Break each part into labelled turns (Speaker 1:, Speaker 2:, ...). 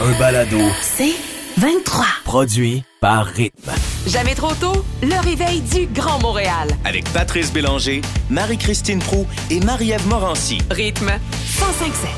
Speaker 1: Un balado
Speaker 2: C'est 23.
Speaker 1: produit par Rythme.
Speaker 2: Jamais trop tôt, le réveil du Grand Montréal.
Speaker 3: Avec Patrice Bélanger, Marie-Christine Prou et Marie-Ève Morancy.
Speaker 2: Rythme 105.7.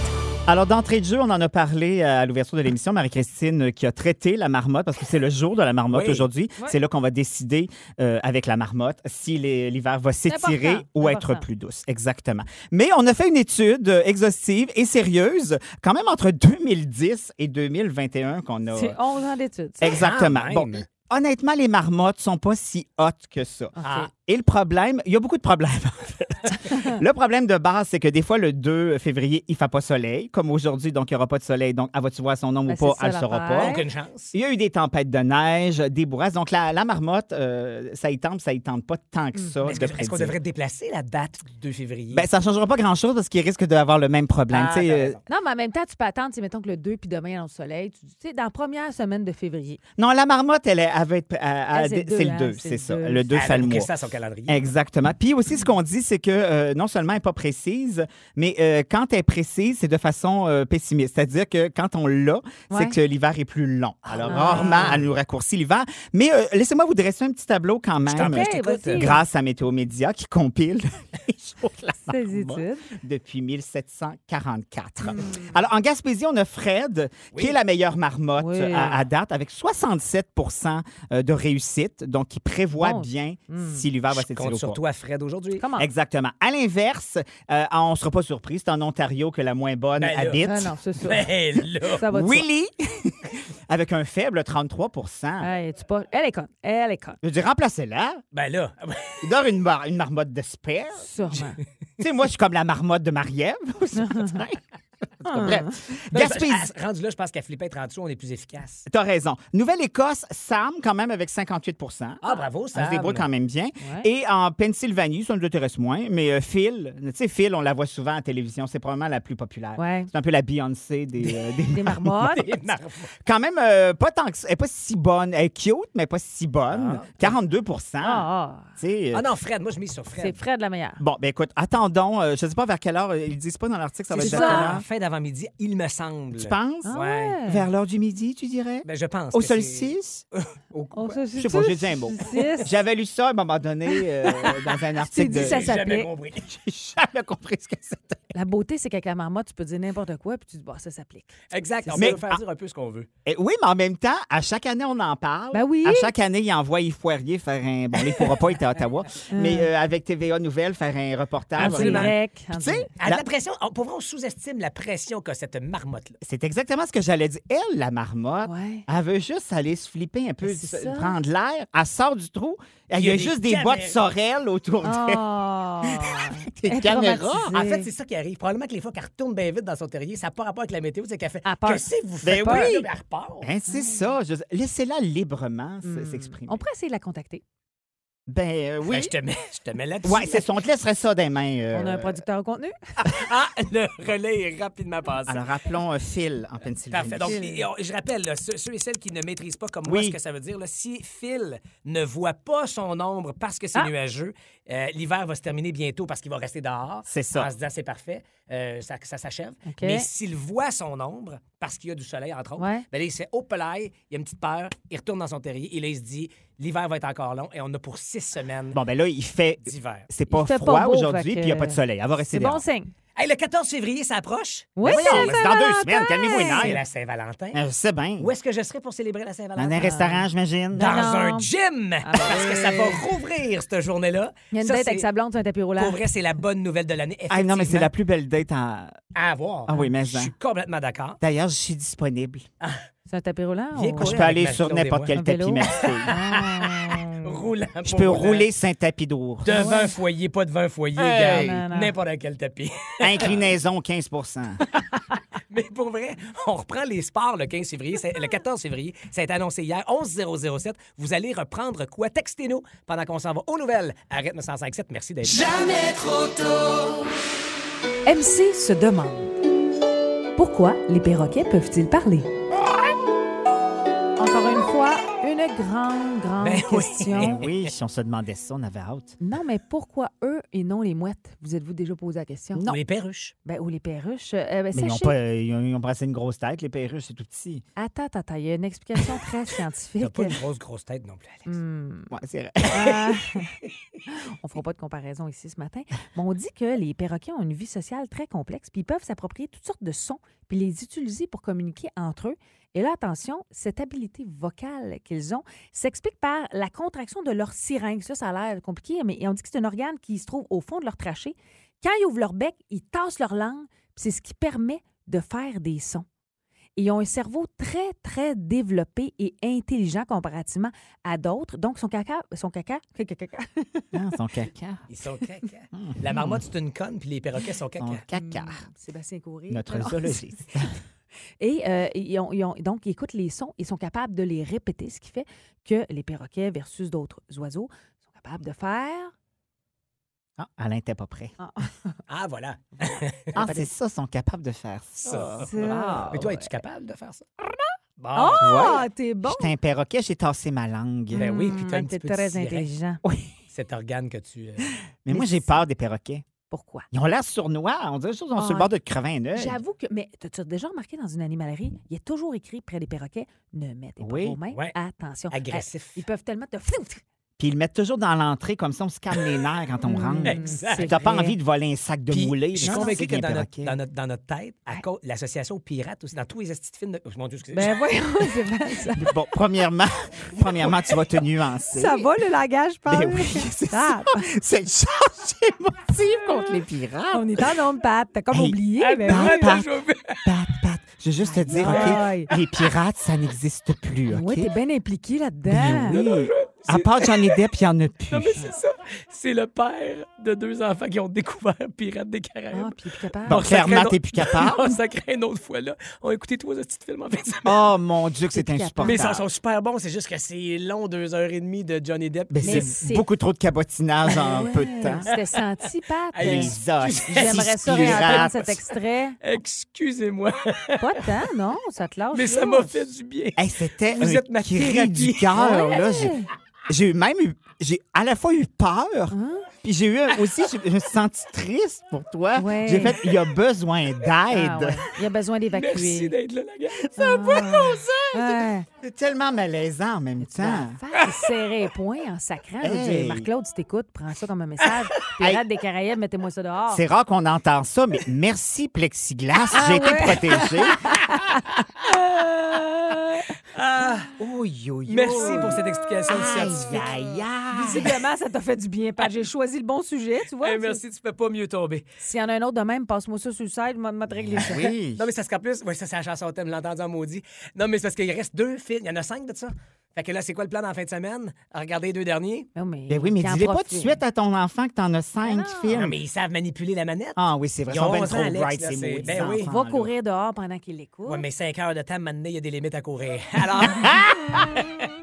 Speaker 4: Alors, d'entrée de jeu, on en a parlé à l'ouverture de l'émission. Marie-Christine euh, qui a traité la marmotte, parce que c'est le jour de la marmotte
Speaker 5: Oui.
Speaker 4: aujourd'hui.
Speaker 6: Oui.
Speaker 4: C'est là qu'on va décider euh, avec la marmotte si les- l'hiver va s'étirer
Speaker 6: important,
Speaker 4: ou
Speaker 6: important.
Speaker 4: être plus douce. Exactement. Mais on a fait une étude euh, exhaustive et sérieuse, quand même entre 2010 et 2021 qu'on a.
Speaker 6: C'est 11 ans d'études. ça.
Speaker 4: Exactement.
Speaker 5: Quand Ah,
Speaker 4: Bon,
Speaker 5: même.
Speaker 4: honnêtement, les marmottes sont pas si hautes que ça.
Speaker 6: Ok.
Speaker 5: Ah.
Speaker 4: Et le problème, il y a beaucoup de problèmes. en fait. le problème de base, c'est que des fois, le 2 février, il ne fait pas soleil. Comme aujourd'hui, donc, il n'y aura pas de soleil. Donc, elle va-tu voir son nom
Speaker 6: Ben,
Speaker 4: ou pas?
Speaker 6: c'est ça
Speaker 4: Elle ne saura
Speaker 6: l'affaire.
Speaker 4: pas.
Speaker 5: Aucune chance.
Speaker 4: Il y a eu des tempêtes de neige, des bourrasques. Donc, la, la marmotte, euh, ça y tente, ça y tente pas tant
Speaker 6: Hmm.
Speaker 4: que ça.
Speaker 5: Est-ce
Speaker 4: de
Speaker 5: que- est-ce qu'on
Speaker 4: prédire.
Speaker 5: devrait déplacer la date du 2 février?
Speaker 4: Ben, ça ne changera pas grand-chose parce qu'il risque d'avoir le même problème.
Speaker 5: Ah,
Speaker 4: Tu sais,
Speaker 5: t'as
Speaker 4: euh,
Speaker 5: raison.
Speaker 6: Non, mais en même temps, tu peux attendre, tu sais, mettons que le 2 puis demain, il y a le soleil. Tu tu sais, dans la première semaine de février.
Speaker 4: non, la marmotte, elle, est- elle va être- elle- elle-
Speaker 6: c'est le deux,
Speaker 4: c'est le
Speaker 6: hein,
Speaker 4: 2,
Speaker 6: c'est
Speaker 4: c'est
Speaker 6: le
Speaker 4: ça.
Speaker 6: deux.
Speaker 4: Le 2
Speaker 5: Elle
Speaker 4: fait
Speaker 5: a
Speaker 4: le
Speaker 5: booké
Speaker 4: mois.
Speaker 5: Ah, ça à son calendrier.
Speaker 4: Exactement. Puis aussi, ce qu'on dit, c'est que euh, non seulement elle n'est pas précise, mais euh, quand elle est précise, c'est de façon euh, pessimiste. C'est-à-dire que quand on l'a,
Speaker 6: Ouais.
Speaker 4: c'est que l'hiver est plus long. Alors, rarement, elle nous raccourcit l'hiver. Mais euh, laissez-moi vous dresser un petit tableau quand
Speaker 5: t'en
Speaker 4: même. euh,
Speaker 5: prie,
Speaker 6: je t'écoute. vas-y.
Speaker 4: grâce à Météo Média qui compile les jours de la
Speaker 6: Ces
Speaker 4: marmotte
Speaker 6: études.
Speaker 4: depuis 1744.
Speaker 6: Hmm.
Speaker 4: Alors, en Gaspésie, on a Fred, qui est la meilleure marmotte euh,
Speaker 6: Oui.
Speaker 4: à, à date, avec 67 euh, de réussite, donc qui prévoit
Speaker 6: Bon.
Speaker 4: bien
Speaker 6: Hmm.
Speaker 4: si l'hiver va
Speaker 5: Je
Speaker 4: s'étirer
Speaker 5: compte
Speaker 4: ou
Speaker 5: sur
Speaker 4: pas.
Speaker 5: toi, Fred, aujourd'hui.
Speaker 6: Comment?
Speaker 4: Exactement. À l'inverse, euh, on ne sera pas surpris, c'est en Ontario que la moins bonne
Speaker 5: Ben là.
Speaker 4: habite.
Speaker 6: Ah non, c'est ça.
Speaker 5: Ben là!
Speaker 6: Ça va de soi.
Speaker 4: Willy, avec un faible 33
Speaker 6: Hey, tu pas... Elle est conne. Elle est conne.
Speaker 4: Je dis, remplacez-la.
Speaker 5: Ben là!
Speaker 4: Il dort une, mar- une marmotte de spare.
Speaker 6: Sûrement.
Speaker 4: tu sais, moi, je suis comme la marmotte de Marie-Ève. ce matin. En tout cas,
Speaker 6: Ben,
Speaker 4: bref. Gaspésie.
Speaker 5: Ah, Rendu là, je pense qu'à flipper 30 sous, on est plus efficace.
Speaker 4: T'as raison. Nouvelle-Écosse, Sam, quand même, avec 58
Speaker 5: Ah, bravo,
Speaker 4: ça
Speaker 5: ça.
Speaker 4: se débrouille quand même bien.
Speaker 6: Ouais.
Speaker 4: Et en Pennsylvanie, ça nous intéresse moins, mais euh, Phil, tu sais, Phil, on la voit souvent à la télévision, c'est probablement la plus populaire.
Speaker 6: Ouais.
Speaker 4: C'est un peu la Beyoncé des, euh, des-
Speaker 6: Des marmottes.
Speaker 4: Quand même, euh, pas tant que ça. Elle n'est pas si bonne. Elle est cute, mais pas si bonne. 42
Speaker 6: Ah, ah.
Speaker 4: Tu sais, euh,
Speaker 5: Ah non, Fred, moi, je mise sur
Speaker 6: C'est
Speaker 5: Fred.
Speaker 6: Fred la meilleure.
Speaker 4: Bon, ben écoute, attendons. euh, je ne sais pas vers quelle heure. euh, Ils disent pas dans l'article, ça va être
Speaker 5: C'est
Speaker 4: vers quelle
Speaker 5: ça,
Speaker 4: heure.
Speaker 5: fin d'avant-midi, il me semble.
Speaker 4: Tu penses?
Speaker 6: Ah
Speaker 5: Ouais.
Speaker 6: ouais.
Speaker 4: Vers l'heure du midi, tu dirais?
Speaker 5: Ben, je pense.
Speaker 4: Au
Speaker 5: que
Speaker 4: sol
Speaker 5: c'est-
Speaker 4: 6?
Speaker 5: Au-
Speaker 6: On se
Speaker 4: Je sais pas, j'ai dit un mot. J'avais lu ça à un moment donné euh, dans un article.
Speaker 6: dit
Speaker 4: de...
Speaker 6: ça, ça-
Speaker 5: J'ai jamais
Speaker 6: s'appelait-
Speaker 5: compris.
Speaker 4: J'ai jamais compris ce que c'était.
Speaker 6: La beauté, c'est qu'avec la marmotte, tu peux dire n'importe quoi, puis tu dis, bah, ça s'applique.
Speaker 5: Exact. On
Speaker 4: Mais-
Speaker 5: peut faire dire un peu ce qu'on veut.
Speaker 4: Eh oui, mais en même temps, à chaque année, on en parle.
Speaker 6: Ben oui.
Speaker 4: À chaque année, il envoie Yves Foirier faire un. Bon, il ne pourra pas, il est à Ottawa. mais euh, avec TVA Nouvelles, faire un reportage.
Speaker 6: En direct. en
Speaker 4: Puis Tu sais,
Speaker 6: direct.
Speaker 5: Ah,
Speaker 4: la-
Speaker 5: La pression, on, pour vrai, on sous-estime la pression qu'a cette marmotte-là.
Speaker 4: c'est exactement ce que j'allais dire. Elle, la marmotte,
Speaker 6: Ouais. Ben,
Speaker 4: elle veut juste aller se flipper un peu,
Speaker 6: c'est
Speaker 4: se-
Speaker 6: ça.
Speaker 4: prendre l'air. Elle sort du trou. Il y a,
Speaker 5: des
Speaker 4: juste des
Speaker 5: caméras.
Speaker 4: bottes sorel autour d'elle.
Speaker 6: Ah.
Speaker 4: Des
Speaker 6: Elle est
Speaker 4: caméras.
Speaker 6: traumatisée.
Speaker 5: En fait, c'est ça qui arrive. Probablement que les fois qu'elle retourne bien vite dans son terrier, ça n'a pas rapport avec la météo, c'est qu'elle fait
Speaker 6: Elle part.
Speaker 5: Qu'est-ce que vous
Speaker 4: Ben
Speaker 5: faites?
Speaker 4: oui.
Speaker 5: là? Elle repart.
Speaker 4: Hein, c'est ça. je- Laissez-la librement s- s'exprimer.
Speaker 6: Hmm. On pourrait essayer de la contacter.
Speaker 4: Ben euh, oui.
Speaker 5: Ben, je te mets, je te mets là-dessus.
Speaker 4: Ouais, c'est ça. On te laisserait ça des mains. euh,
Speaker 6: On a un producteur au contenu.
Speaker 5: Ah, le relais est rapidement passé.
Speaker 4: Alors, rappelons un fil en Pennsylvanie.
Speaker 5: Parfait. Donc, et on- je rappelle, là, ceux, ceux et celles qui ne maîtrisent pas comme moi
Speaker 4: Oui.
Speaker 5: ce que ça veut dire, là, si Phil ne voit pas son ombre parce que c'est
Speaker 6: Ah.
Speaker 5: nuageux, euh, l'hiver va se terminer bientôt parce qu'il va rester dehors.
Speaker 4: C'est ça.
Speaker 5: En se disant, c'est parfait, euh, ça, ça s'achève.
Speaker 6: OK.
Speaker 5: Mais s'il voit son ombre parce qu'il y a du soleil, entre autres,
Speaker 6: Ouais.
Speaker 5: ben là, il se fait au pelail, il y a une petite peur, il retourne dans son terrier et là, il se dit, l'hiver va être encore long et on a pour six semaines
Speaker 4: Bon, ben là, il fait.
Speaker 5: d'hiver.
Speaker 4: C'est pas
Speaker 6: Il fait pas
Speaker 4: froid
Speaker 6: beau,
Speaker 4: aujourd'hui,
Speaker 6: fait
Speaker 4: puis
Speaker 6: que-
Speaker 4: il n'y a pas de soleil. Elle va rester
Speaker 6: C'est bon
Speaker 4: dehors.
Speaker 6: signe.
Speaker 5: Hey, le 14 février, ça approche.
Speaker 6: Oui,
Speaker 4: Mais voyons,
Speaker 6: c'est
Speaker 4: c'est dans deux semaines. Calmez-vous, une
Speaker 5: C'est la
Speaker 4: heure.
Speaker 5: Saint-Valentin.
Speaker 4: Euh, Je sais bien.
Speaker 5: Où est-ce que je serai pour célébrer la Saint-Valentin?
Speaker 4: Dans un restaurant, j'imagine.
Speaker 5: dans
Speaker 6: Non. Ah, ben
Speaker 5: un gym parce que ça va rouvrir cette journée-là.
Speaker 6: Il y a une
Speaker 5: Ça,
Speaker 6: date
Speaker 5: c'est-
Speaker 6: avec sa hein. blonde sur un tapis roulant.
Speaker 5: Pour vrai, c'est la bonne nouvelle de l'année.
Speaker 4: Ah, non, mais c'est la
Speaker 5: effectivement,
Speaker 4: plus belle date en-
Speaker 5: à avoir.
Speaker 4: Ah oui, mais
Speaker 5: je
Speaker 4: hein.
Speaker 5: suis complètement d'accord.
Speaker 4: D'ailleurs, je suis disponible.
Speaker 6: C'est un tapis roulant?
Speaker 5: Viens
Speaker 6: ou-
Speaker 5: courir.
Speaker 4: je
Speaker 5: Ouais,
Speaker 4: peux
Speaker 5: Ah avec
Speaker 4: aller
Speaker 5: ma
Speaker 4: sur
Speaker 5: vision des
Speaker 4: n'importe
Speaker 5: voix.
Speaker 4: quel
Speaker 6: Un
Speaker 4: tapis,
Speaker 6: vélo.
Speaker 4: merci.
Speaker 6: Ah.
Speaker 5: Roulant
Speaker 4: Je
Speaker 5: pour
Speaker 4: peux
Speaker 5: roulant.
Speaker 4: rouler sur un tapis
Speaker 5: Devant
Speaker 4: d'ours.
Speaker 5: un foyer,
Speaker 6: Ah,
Speaker 5: pas devant un foyer,
Speaker 4: Hey.
Speaker 5: garde.
Speaker 6: Non, non.
Speaker 5: N'importe quel tapis.
Speaker 4: Inclinaison 15
Speaker 5: Mais pour vrai, on reprend les sports le 15 février, c'est- le 14 février. Ça a été annoncé hier, 11-007. Vous allez reprendre quoi? Textez-nous pendant qu'on s'en va aux nouvelles. Arrête 957. Merci d'être là.
Speaker 6: MC se demande pourquoi les perroquets peuvent-ils parler? Encore une fois, une grande, grande
Speaker 5: Ben oui.
Speaker 6: question.
Speaker 4: Oui, si on se demandait ça, on avait hâte.
Speaker 6: Non, mais pourquoi eux et non les mouettes? Vous êtes-vous déjà posé la question?
Speaker 5: Les perruches.
Speaker 6: Ben, ou les perruches? Euh, ben,
Speaker 4: Mais ils ont,
Speaker 6: sachez-
Speaker 4: pas, euh, ils, ont, ils ont brassé une grosse tête, les perruches, c'est tout petit.
Speaker 6: Attends, attends, attends, il y a une explication très
Speaker 5: T'as
Speaker 6: scientifique.
Speaker 5: pas une grosse, grosse tête non plus, Alex.
Speaker 6: Hmm.
Speaker 4: Ouais, c'est vrai.
Speaker 6: Ah. on fera pas de comparaison ici ce matin. Mais on dit que les perroquets ont une vie sociale très complexe, puis ils peuvent s'approprier toutes sortes de sons, puis les utiliser pour communiquer entre eux. Et là, attention, cette habilité vocale qu'ils ont s'explique par la contraction de leur syringe. Ça, ça a l'air compliqué, mais on dit que c'est un organe qui se trouve au fond de leur trachée. Quand ils ouvrent leur bec, ils tassent leur langue, puis c'est ce qui permet de faire des sons. Et Ils ont un cerveau très, très développé et intelligent comparativement à d'autres. Donc, son caca, son caca, caca, caca,
Speaker 4: Ah, son caca.
Speaker 5: Ils sont caca. La marmotte, c'est une conne, puis les perroquets sont caca.
Speaker 4: Son caca.
Speaker 6: Mm, Sébastien Coury.
Speaker 4: Notre
Speaker 6: Alors,
Speaker 4: zoologiste.
Speaker 6: Et euh, ils ont- ils ont- donc, ils écoutent les sons, ils sont capables de les répéter, ce qui fait que les perroquets versus d'autres oiseaux sont capables de faire.
Speaker 4: Ah, Alain n'était pas prêt.
Speaker 5: Ah, voilà. Ah.
Speaker 4: Ah, c'est ça, sont capables de faire ça.
Speaker 6: Ça.
Speaker 5: Mais toi, es-tu capable de faire ça? Bon.
Speaker 6: Ah, t'es bon!
Speaker 4: J'étais un perroquet, j'ai tassé ma langue.
Speaker 5: Ben oui, puis
Speaker 6: Mm,
Speaker 5: t'as un petit
Speaker 6: t'es
Speaker 5: peu de
Speaker 6: très
Speaker 5: syringe.
Speaker 6: intelligent.
Speaker 5: Cet organe que tu. euh,
Speaker 4: Mais moi,
Speaker 6: mais
Speaker 4: j'ai
Speaker 6: c'est-
Speaker 4: peur des perroquets.
Speaker 6: Pourquoi?
Speaker 4: Ils ont l'air sournois. On dirait qu'ils sont
Speaker 6: Ah,
Speaker 4: sur le bord de te crever un œil.
Speaker 6: J'avoue que. Mais t'as-tu déjà remarqué dans une animalerie, il est toujours écrit près des perroquets ne mettez pas
Speaker 4: Oui.
Speaker 6: vos mains.
Speaker 5: Ouais.
Speaker 6: Attention.
Speaker 5: Agressif.
Speaker 6: Ils peuvent tellement te.
Speaker 4: Puis ils le mettent toujours dans l'entrée, comme ça, on se calme les nerfs quand on
Speaker 6: Mmh, Mm.
Speaker 4: rentre.
Speaker 5: Exact.
Speaker 4: Puis T'as pas envie de voler un sac de
Speaker 5: Puis,
Speaker 4: moulé.
Speaker 5: Je suis
Speaker 4: Non, non,
Speaker 5: convaincu
Speaker 4: c'est
Speaker 5: que
Speaker 4: des
Speaker 5: dans notre,
Speaker 4: perroquets.
Speaker 5: dans notre- dans notre tête, à cause l'association pirate aussi, dans tous les astuces films de. oh, Mon Dieu, excusez
Speaker 6: Ben voyons, c'est pas ça.
Speaker 4: Bon, premièrement, premièrement, tu vas te nuancer.
Speaker 6: Ça va le langage, par
Speaker 4: Ben oui, c'est ça. C'est le charge émotive contre les pirates.
Speaker 6: Ah. On est en nombre, Pat. T'as comme
Speaker 4: Hey. Ah,
Speaker 6: oublié. mais
Speaker 4: Pat,
Speaker 6: oui.
Speaker 4: Pat, Pat, Pat, je veux juste te dire,
Speaker 6: Aïe.
Speaker 4: OK, les pirates, ça n'existe plus, OK?
Speaker 6: Oui, t'es bien impliqué
Speaker 4: Ben
Speaker 5: Ah.
Speaker 6: là-dedans.
Speaker 4: oui. À part Johnny Depp, il n'y en a plus.
Speaker 5: c'est ça. C'est le père de deux enfants qui ont découvert Pirates des Caraïbes.
Speaker 6: Ah, puis il est plus capable.
Speaker 4: Ben Bon,
Speaker 5: ça crée
Speaker 4: clairement,
Speaker 5: un
Speaker 4: t'es
Speaker 5: autre-
Speaker 4: plus capable.
Speaker 5: Non, ça crée une autre fois, là. On a écouté trois astuces films en fait.
Speaker 4: Oh mon Dieu, que c'est
Speaker 6: plus capable.
Speaker 4: insupportable.
Speaker 5: Mais ça sont super bons, c'est juste que c'est long, deux heures et demie de Johnny Depp.
Speaker 4: Ben,
Speaker 6: Mais
Speaker 4: c'est
Speaker 6: c'est-
Speaker 4: beaucoup trop de cabotinage en peu de temps.
Speaker 6: C'était senti, Pat.
Speaker 5: Ah Hey,
Speaker 6: Euh,
Speaker 4: Les os.
Speaker 6: J'aimerais ça réentendre cet extrait.
Speaker 5: Excusez-moi,
Speaker 6: Pas tant, non, ça te lâche.
Speaker 5: mais ça
Speaker 6: là.
Speaker 5: m'a fait du bien.
Speaker 4: Hey, c'était
Speaker 5: Vous
Speaker 4: un
Speaker 5: êtes ma
Speaker 4: cri
Speaker 5: thérapie.
Speaker 4: du cœur. là. J'ai- J'ai eu même eu, j'ai à la fois eu peur,
Speaker 5: Hein?
Speaker 4: puis j'ai eu un- aussi, je, je me suis sentie triste pour toi.
Speaker 6: Ouais.
Speaker 4: J'ai fait, il y a besoin d'aide.
Speaker 6: Ah, ouais. Il y a besoin
Speaker 5: Merci
Speaker 6: d'évacuer.
Speaker 5: d'être là, la gars.
Speaker 6: Ça va, ouais.
Speaker 4: C'est tellement malaisant en même temps.
Speaker 6: Faire serrer les poings en sacrant. Je dis,
Speaker 4: Hey.
Speaker 6: Marc-Claude, si t'écoutes, prends ça comme un message. Pirates des Caraïbes, mettez-moi ça
Speaker 5: Ah.
Speaker 6: dehors.
Speaker 4: C'est rare qu'on entend ça, mais merci plexiglas, j'ai été
Speaker 6: ouais.
Speaker 4: protégée.
Speaker 5: Ah, merci pour cette explication
Speaker 4: Aïe,
Speaker 5: scientifique.
Speaker 4: aïe, aïe.
Speaker 6: Visiblement, ça t'a fait du bien, Pat. J'ai choisi le bon sujet, tu vois.
Speaker 5: Hey,
Speaker 6: tu-
Speaker 5: merci, tu peux pas mieux tomber.
Speaker 6: S'il y en a un autre de même, passe-moi ça sur le site, moi, moi, te régler ça.
Speaker 4: Ben Oui.
Speaker 5: Non, mais c'est parce qu'en plus, ouais, ça, c'est la chanson thème, je l'ai entendu en maudit. Non, mais c'est parce qu'il reste deux films. Il y en a cinq de ça. Fait que là, c'est quoi le plan en fin de semaine? Regardez les deux derniers.
Speaker 6: Non, mais,
Speaker 4: Ben oui, mais
Speaker 6: qu'il en
Speaker 4: dis-le pas
Speaker 6: profite.
Speaker 4: tout de suite à ton enfant que t'en as cinq films.
Speaker 5: Ah Non, mais ils savent manipuler la manette.
Speaker 4: Ah oui, c'est vrai,
Speaker 5: Ils
Speaker 4: ils sont
Speaker 5: ont
Speaker 4: bien
Speaker 5: 11 ans,
Speaker 4: trop
Speaker 5: Alex,
Speaker 4: bright,
Speaker 5: là,
Speaker 4: ces
Speaker 5: c'est-
Speaker 4: maudits
Speaker 5: ben oui.
Speaker 4: enfants,
Speaker 6: Va
Speaker 4: là.
Speaker 6: courir dehors pendant qu'il l'écoute.
Speaker 5: Ouais, mais cinq heures de temps, maintenant, il y a des limites à courir. Alors,